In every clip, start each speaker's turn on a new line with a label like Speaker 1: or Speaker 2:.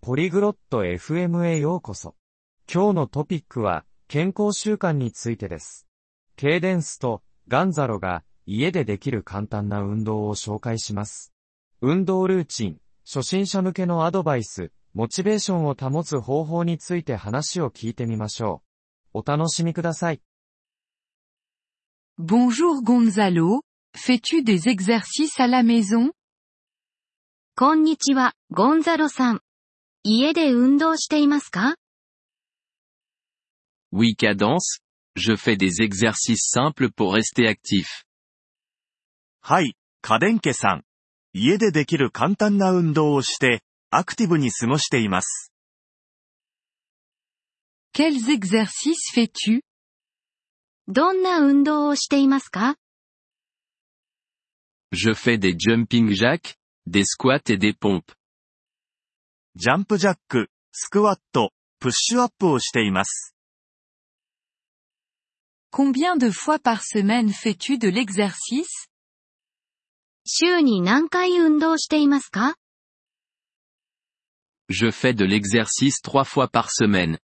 Speaker 1: ポリグロット FM へようこそ。今日のトピックは、健康習慣についてです。ケイデンスとガンザロが家でできる簡単な運動を紹介します。運動ルーチン、初心者向けのアドバイス、モチベーションを保つ方法について話を聞いてみましょう。お楽しみください。
Speaker 2: Bonjour Gonzalo, fais-tu des exercices à la maison?
Speaker 3: こんにちは、ゴンザロさん。家で運動していますか
Speaker 4: Oui, Cadence. Je fais des exercices simples pour rester actif.
Speaker 5: はい、カデンケさん。家でできる簡単な運動をして、アクティブに過ごしています。
Speaker 2: Quels exercices fais-tu?
Speaker 3: どんな運動をしていますか
Speaker 4: Je fais des jumping jacks, des squats et des pompes.
Speaker 5: ジャンプジャック、スクワット、プッシュアップをしています。
Speaker 2: Combien de fois par semaine fais-tu de l'exercice?
Speaker 3: 週に何回運動していますか
Speaker 4: Je fais de l'exercice trois fois par semaine.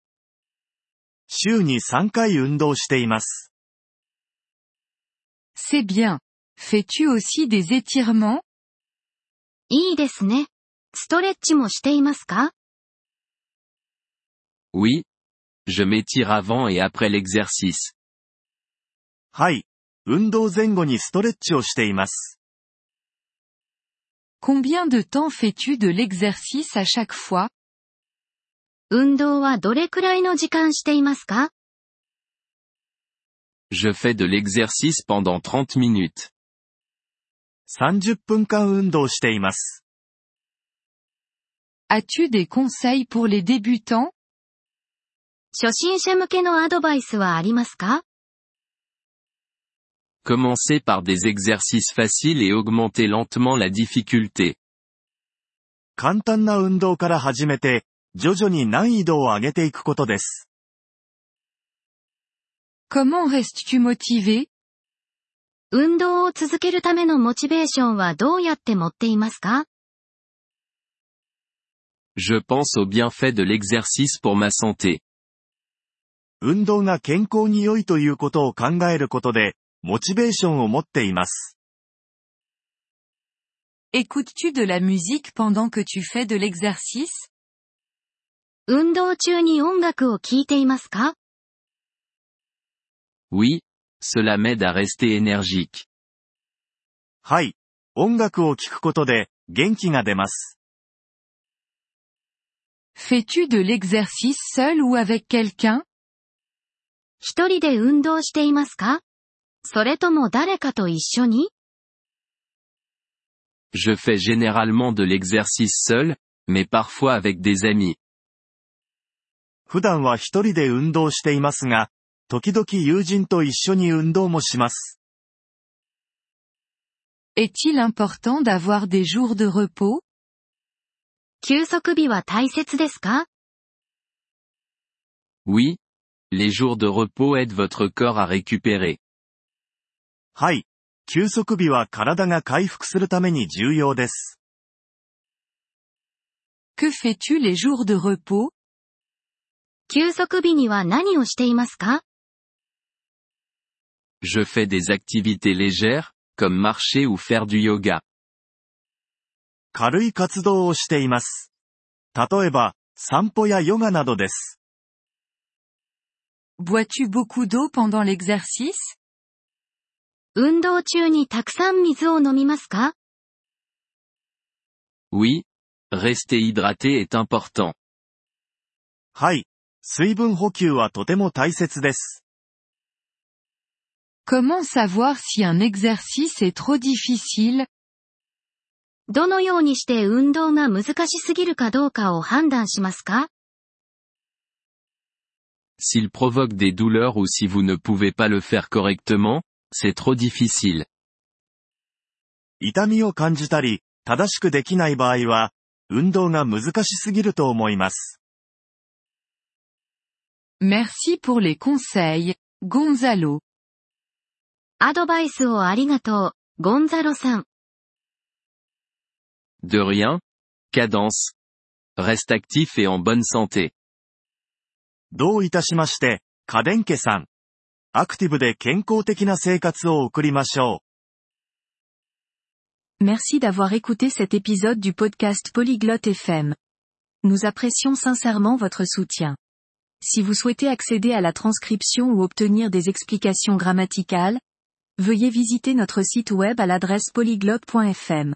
Speaker 5: 週に3回運動しています。
Speaker 2: C'est bien. Fais-tu aussi des étirements?
Speaker 3: いいですね。ストレッチもしていますか
Speaker 4: Oui. Je m'étire avant et après l'exercice.
Speaker 5: はい。運動前後にストレッチをしています。
Speaker 2: Combien de temps fais-tu de l'exercice à chaque fois?
Speaker 3: 運動はどれくらいの時間していますか
Speaker 4: Je fais de l'exercice pendant 30 minutes.
Speaker 5: 30分間運動しています。
Speaker 2: As-tu des conseils pour les débutants?
Speaker 3: 初心者向けのアドバイスはありますか
Speaker 4: Commencez par des exercices faciles et augmentez lentement la difficulté.
Speaker 5: 簡単な運動から始めて、徐々に難易度を上げていくことです。
Speaker 2: Comment restes-tu motivé?
Speaker 3: 運動を続けるためのモチベーションはどうやって持っていますか
Speaker 4: Je pense aux bienfaits de l'exercice pour ma santé.
Speaker 5: 運動が健康に良いということを考えることで、モチベーションを持っています。
Speaker 2: Écoutes-tu de la musique pendant que tu fais de l'exercice?
Speaker 3: 運動中に音楽を聴いていますか
Speaker 4: Oui, cela m'aide à rester énergique.
Speaker 5: はい。音楽を聴くことで、元気が出ます。
Speaker 2: Fais-tu de l'exercice seul ou avec quelqu'un?
Speaker 3: 一人で運動していますかそれとも誰かと一緒に
Speaker 4: Je fais généralement de l'exercice seul, mais parfois avec des amis.
Speaker 5: 普段は一人で運動していますが、時々友人と一緒に運動もします。
Speaker 2: Est-il important d'avoir des jours de repos?
Speaker 3: 休息日は大切ですか
Speaker 4: Oui. Les jours de repos aident votre corps à récupérer.
Speaker 5: はい。休息日は体が回復するために重要です。
Speaker 2: Que fais-tu les jours de repos?
Speaker 3: 休息日には何をしていますか
Speaker 4: Je fais des activités légères, comme marcher ou faire du yoga.
Speaker 5: 軽い活動をしています。例えば、散歩やヨガなどです。
Speaker 2: Bois-tu beaucoup d'eau pendant l'exercice?
Speaker 3: 運動中にたくさん水を飲みますか
Speaker 4: Oui, rester hydraté est important.
Speaker 5: はい、水分補給はとても大切です。
Speaker 2: Comment savoir si un exercice est trop difficile?
Speaker 3: どのようにして運動が難しすぎるかどうかを判断しますか
Speaker 4: S'il provoque des douleurs ou si vous ne pouvez pas le faire correctement, c'est trop difficile.
Speaker 5: 痛みを感じたり、正しくできない場合は、運動が難しすぎると思います。
Speaker 2: Merci pour les conseils, Gonzalo.
Speaker 3: アドバイスをありがとう、ゴンザロさん。
Speaker 4: De rien, Cadence. reste actif et en bonne santé.
Speaker 5: どういたしまして、家電家さん。アクティブで健康的な生活を送りましょう。
Speaker 2: Merci d'avoir écouté cet épisode du podcast Polyglotte FM. Nous apprécions sincèrement votre soutien. Si vous souhaitez accéder à la transcription ou obtenir des explications grammaticales, veuillez visiter notre site web à l'adresse polyglotte.fm.